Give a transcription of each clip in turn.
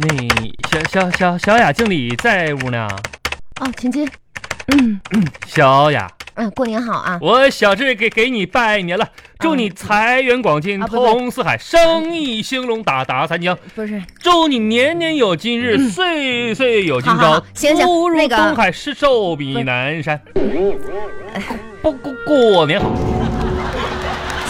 那小小小小雅经理在屋呢。哦，琴琴，嗯小雅，嗯，过年好啊！我小志给给你拜年了，祝你财源广进，啊不不通四海，生意兴隆，打打三江，不是，祝你年年有今日，岁岁有今嗯好好朝好，行行福如那个东海，是寿比南山。过过过年好，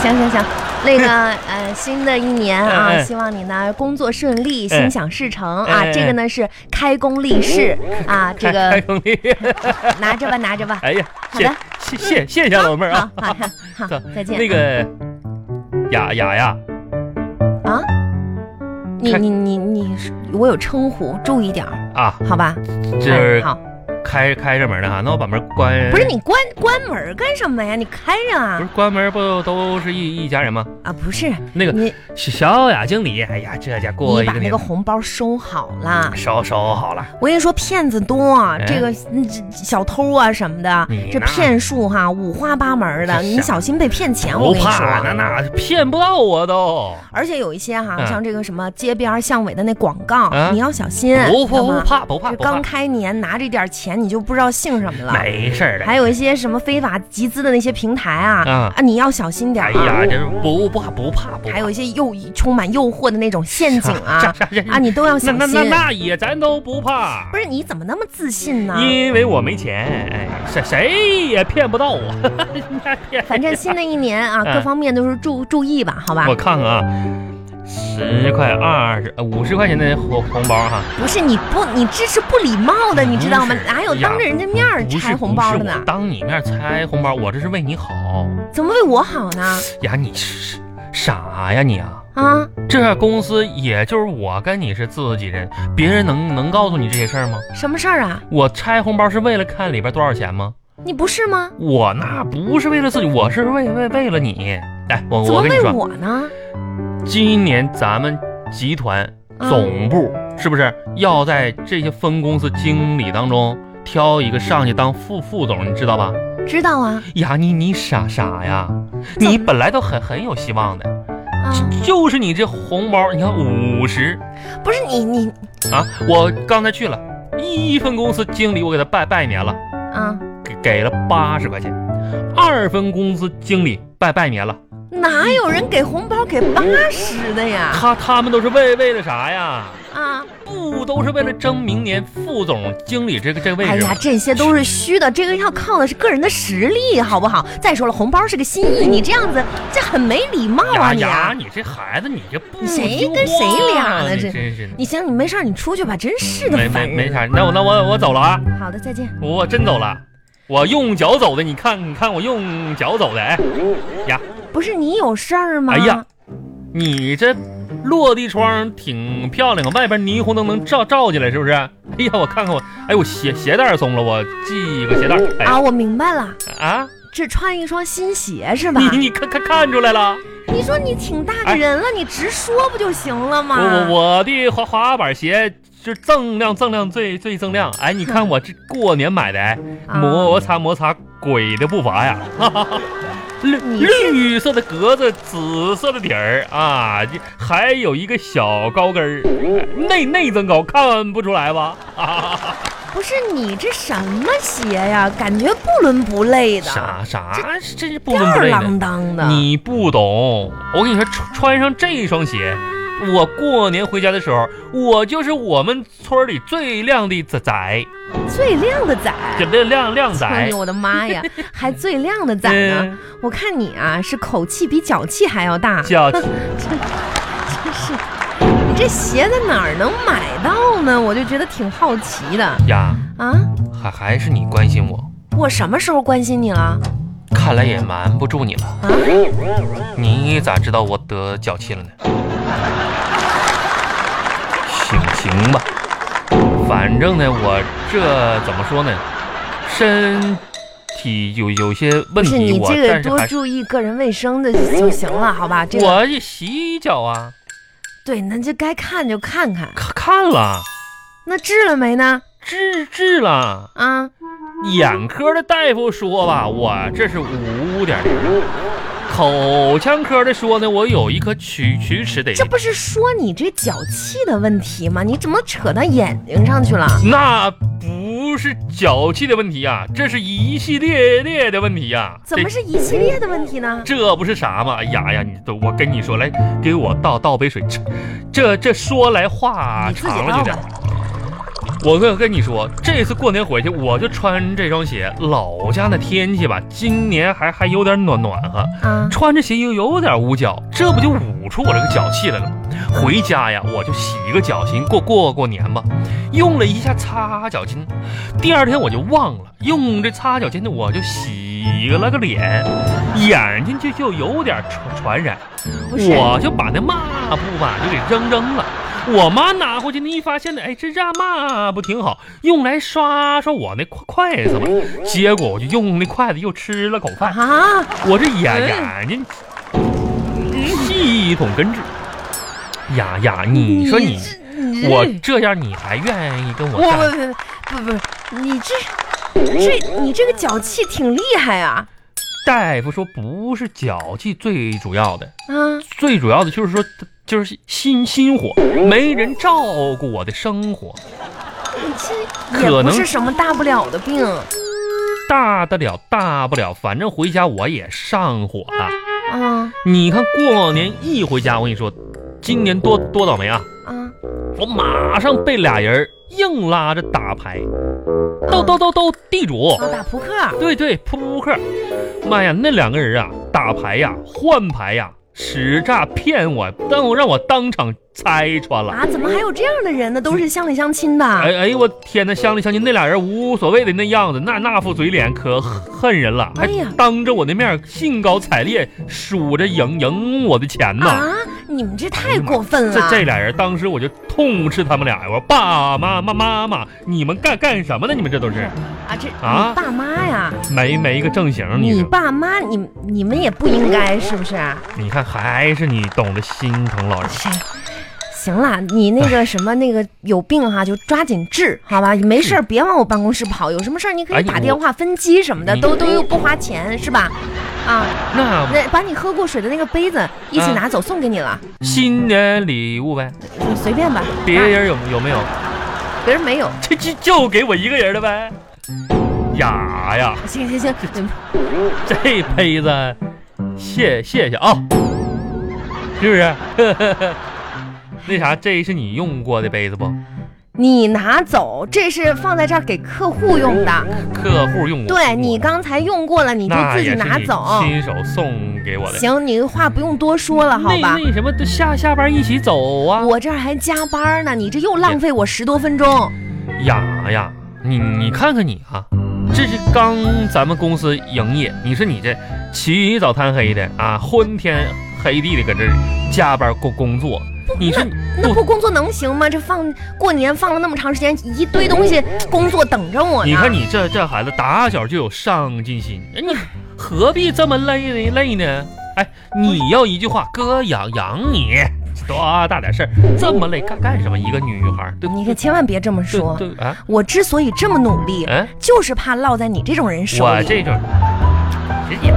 行行行，那 个呃，新的一年哎啊，哎希望你呢工作顺利，哎心想事成哎啊哎！这个呢是开工 立誓啊，这开个工利，拿着吧，拿 着吧。哎呀，好谢的谢谢谢谢老妹儿好啊，好好好走，再见那个雅雅呀，啊！你开你你你，我有称呼，注意点儿，啊，好吧？这哎儿好，开开着门呢哈，那我把门关。不是你关关门儿干什么呀？你开着哎不是啊！关门不都是一一家人吗？啊，不是那个你，小雅经理，哎呀，这家过你一把个那年个，红包收好了。收收好了，我跟你说，骗子多，哎这个嗯这小偷啊什么的你，这那骗术哈五花八门的，这你想小心被骗钱。我不跟你怕那说，啊那骗不到我都，而且有一些哈，嗯像这个什么街边巷尾的那广告，啊你要小心，不知道不吗不怕不怕这不刚怕，开年拿着点钱，你就不知道姓什么了。没事儿的。还有一些什么非法集资的那些平台啊，啊啊，你要小心点哎儿呀，啊。这不不怕不怕不怕。还有一些诱充满诱惑的那种陷阱啊 这这这啊，你都要小那心。那那那也咱都不怕不，是啊你怎么那么自信呢？因为我没钱，哎，谁谁也骗不到我。 反正新的一年啊， 嗯各方面都是注注意吧，好吧我？看看啊，十块、二十、五十块钱的红红包哈、不是你不，你这是不礼貌的，你知道吗不是？哪有当着人家面儿不是拆红包的不是我呢？当你面拆红包，我这是为你好怎么为我好呢？呀！你是傻呀你啊！啊，这公司也就是我跟你是自己人，别人能能告诉你这些事儿吗？什么事儿啊？我拆红包是为了看里边多少钱吗？你不是吗？我那不是为了自己，我是为为为了你。哎，我怎么我跟你为说，我呢？今年咱们集团嗯总部是不是要在这些分公司经理当中挑一个上去当副副总？你知道吧？知道啊，呀，你你傻傻呀！怎么你本来都很很有希望的，啊，就是你这红包，你看五十不是你你啊！我刚才去了一分公司经理，我给他拜拜年了，啊，给给了八十块钱；二分公司经理拜拜年了，哪有人给红包给八十的呀？他他们都是为为了啥呀？啊，不都是为了争明年副总经理这个这个位哎置呀吗？，这些都是虚的，这个要靠的是个人的实力，好不好？再说了，红包是个心意，你这样子这很没礼貌啊！呀你啊呀，你这孩子，你这不谁听跟谁话俩呢你这真是的你行，你没事儿，你出去吧，真是的，没烦没没人。啥，那我那我我走了啊。好的，再见。我真走了，我用脚走的，你看，你看我用脚走的，哎，不是你有事儿吗？哎呀，你这落地窗挺漂亮啊，外边霓虹灯能照照进来，是不是？哎呀，我看看我，哎，我鞋鞋带松了，我系个鞋带，啊，哎我明白了，啊，只穿一双新鞋是吧？你你看看看出来了，你说你挺大个人了，你直说不就行了我吗？我我的滑滑板鞋是锃亮锃亮最最锃亮，哎，你看我这过年买的，哎，嗯啊摩擦摩擦鬼的步 伐呀，哈哈哈。绿你是绿色的格子，紫色的底儿啊，这还有一个小高跟儿，嗯内内增高，看不出来吧？ 啊，不是你这什么鞋呀？感觉不伦不类的，啥啥，真是不吊伦不儿类的。郎当的。你不懂，我跟你说，穿穿上这双鞋，我过年回家的时候，我就是我们村里最靓的仔仔，最靓的仔，这亮亮亮哎仔呦。我的妈呀，还最靓的仔呢？ 嗯我看你啊，是口气比脚气还要大，叫真是。你这鞋在哪儿能买到呢？我就觉得挺好奇的呀，啊！还还是你关心我，我什么时候关心你了？看来也瞒不住你了。啊，你咋知道我得脚气了呢？行行吧，反正呢，我这怎么说呢，身体有有些问不题，是你我这个但是多还是注意个人卫生的就行了，好吧？这个我也洗脚啊，对，那就该看就看看，看看了，那治了没呢？治治了。啊，眼科的大夫说吧，我这是五点零，口腔科的说呢，我有一颗龋龋齿得这不是说你这脚气的问题吗？你怎么扯到眼睛上去了？那不是脚气的问题呀、这是一系列列的问题呀、怎么这？是一系列的问题呢？这不是啥吗？哎呀呀，你都我跟你说，来给我倒倒杯水。这这这说来话你自己长了唠有点吧。。我跟跟你说，这次过年回去我就穿这双鞋，老家那天气吧，今年还还有点暖暖和。啊，穿着鞋又有点捂脚，这不就捂出我这个脚气来了吗？回家呀，我就洗一个脚心过过过年吧，用了一下擦脚巾，第二天我就忘了用这擦脚巾的，我就洗了个脸，眼睛就就有点传传染，不是，我就把那抹布吧就给扔扔了。我妈拿回去呢，一发现呢，哎，这这抹布挺好，用来刷刷我那筷筷子吧。结果我就用那筷子又吃了口饭。啊，我这眼嗯眼睛嗯系统根治。呀呀，你说你这你我这样，你还愿意跟我我干？我不不不，你这这你这个脚气挺厉害啊大夫说不是脚气最主要的，啊！最主要的就是说就是心心火，没人照顾我的生活，你这也可不能是什么大不了的病大得了大不了，反正回家我也上火了。啊你看过年一回家，我跟你说，今年多多倒霉啊！啊！我马上被俩人硬拉着打牌，斗啊斗斗斗地主，啊打扑克对对，扑克。妈呀，那两个人啊，打牌呀、换牌呀、使诈骗我，让我让我当场拆穿了。啊，怎么还有这样的人呢？都是乡里乡亲的。哎哎呦我天呐，乡里乡亲那俩人无所谓的那样子，那那副嘴脸可恨人了，还哎呀当着我的面兴高采烈数着赢赢我的钱呢。啊，你们这太过分这了！这俩人当时我就痛斥他们俩，我说爸妈妈妈妈，你们干干什么呢？你们这都是啊，这啊你爸妈呀，没没一个正形，你你说爸妈，你你们也不应该是不是？你看还是你懂得心疼老人。是行啦，你那个什么那个有病哈、就抓紧治，好吧？没事儿别往我办公室跑，有什么事儿你可哎以打我电话分机什么的，你都都又不花钱，是吧？啊，那那把你喝过水的那个杯子一起啊拿走，送给你了，新年礼物呗，你随便吧。别啊人有有没有？别人没有，这就就给我一个人的呗。呀呀，行行行，你们这杯子，谢谢谢啊，是不是？ 那啥，这是你用过的杯子不？你拿走，这是放在这儿给客户用的。客户用过。对你刚才用过了，你就那自己也是拿你走。亲手送给我的。行，你话不用多说了，好那吧？那什么，下下班一起走啊。我这儿还加班呢，你这又浪费我十多分钟。呀呀，你你看看你啊，这是刚咱们公司营业，你说你这起早贪黑的啊，昏天黑地的搁这儿加班工工作，你说你那不工作能行吗？这放过年放了那么长时间，一堆东西工作等着我呢。你看你这这孩子打小就有上进心，哎你何必这么累呢累呢？哎，你要一句话，哥养养你，多大点事儿，这么累干干什么？一个女孩儿，对不你可千万别这么说。对对啊，我之所以这么努力，嗯。就是怕落在你这种人手我里。这种，这也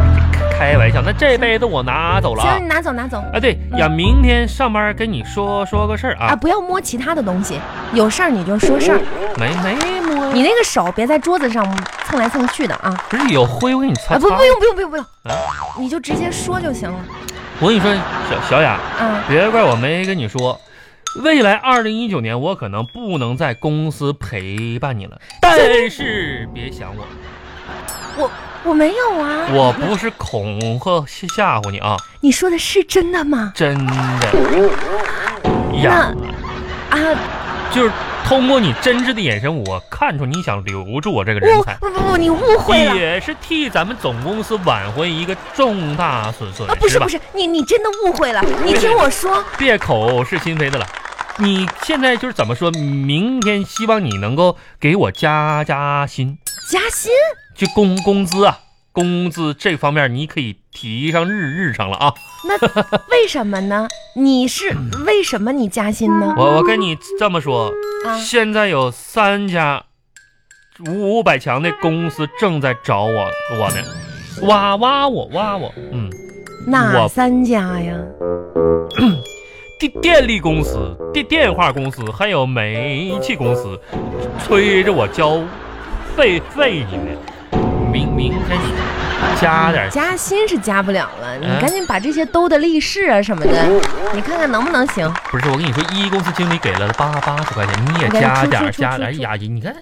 开玩笑。那这杯子我拿走了啊行，你拿走拿走啊！对呀，明天上班跟你说说个事儿嗯啊！啊，不要摸其他的东西，有事儿你就说事儿。没没摸呀，你那个手别在桌子上蹭来蹭去的啊！不是有灰我给你啊，擦不，擦不。用，不用，不用，不用啊，你就直接说就行了。我跟你说，小小雅，啊，别怪我没跟你说。未来二零一九年，我可能不能在公司陪伴你了，但是别想我，我没有啊。我不是恐吓吓吓唬你啊，你说的是真的吗？真的呀，啊，就是通过你真挚的眼神，我看出你想留住我这个人才。不不不不，你误会了。也是替咱们总公司挽回一个重大损损失啊，不是吧不是，你你真的误会了。你听我说，别口是心非的了。你现在就是怎么说？明天希望你能够给我加加薪，加薪就工工资啊，工资这方面你可以提上日日程了啊。为什么呢？你是为什么你加薪呢？我我跟你这么说，啊，现在有三家五百强的公司正在找我我呢，挖挖我挖我，嗯，哪我三家呀？电电力公司、电电话公司，还有煤气公司，催着我交费费去呢。明明天你加点儿，加薪是加不了了，你嗯赶紧把这些兜的利是啊什么的，你看看能不能行。不是我跟你说，一公司经理给了八八十块钱，你也我给他加出点儿出出加出点儿。哎出呀，你看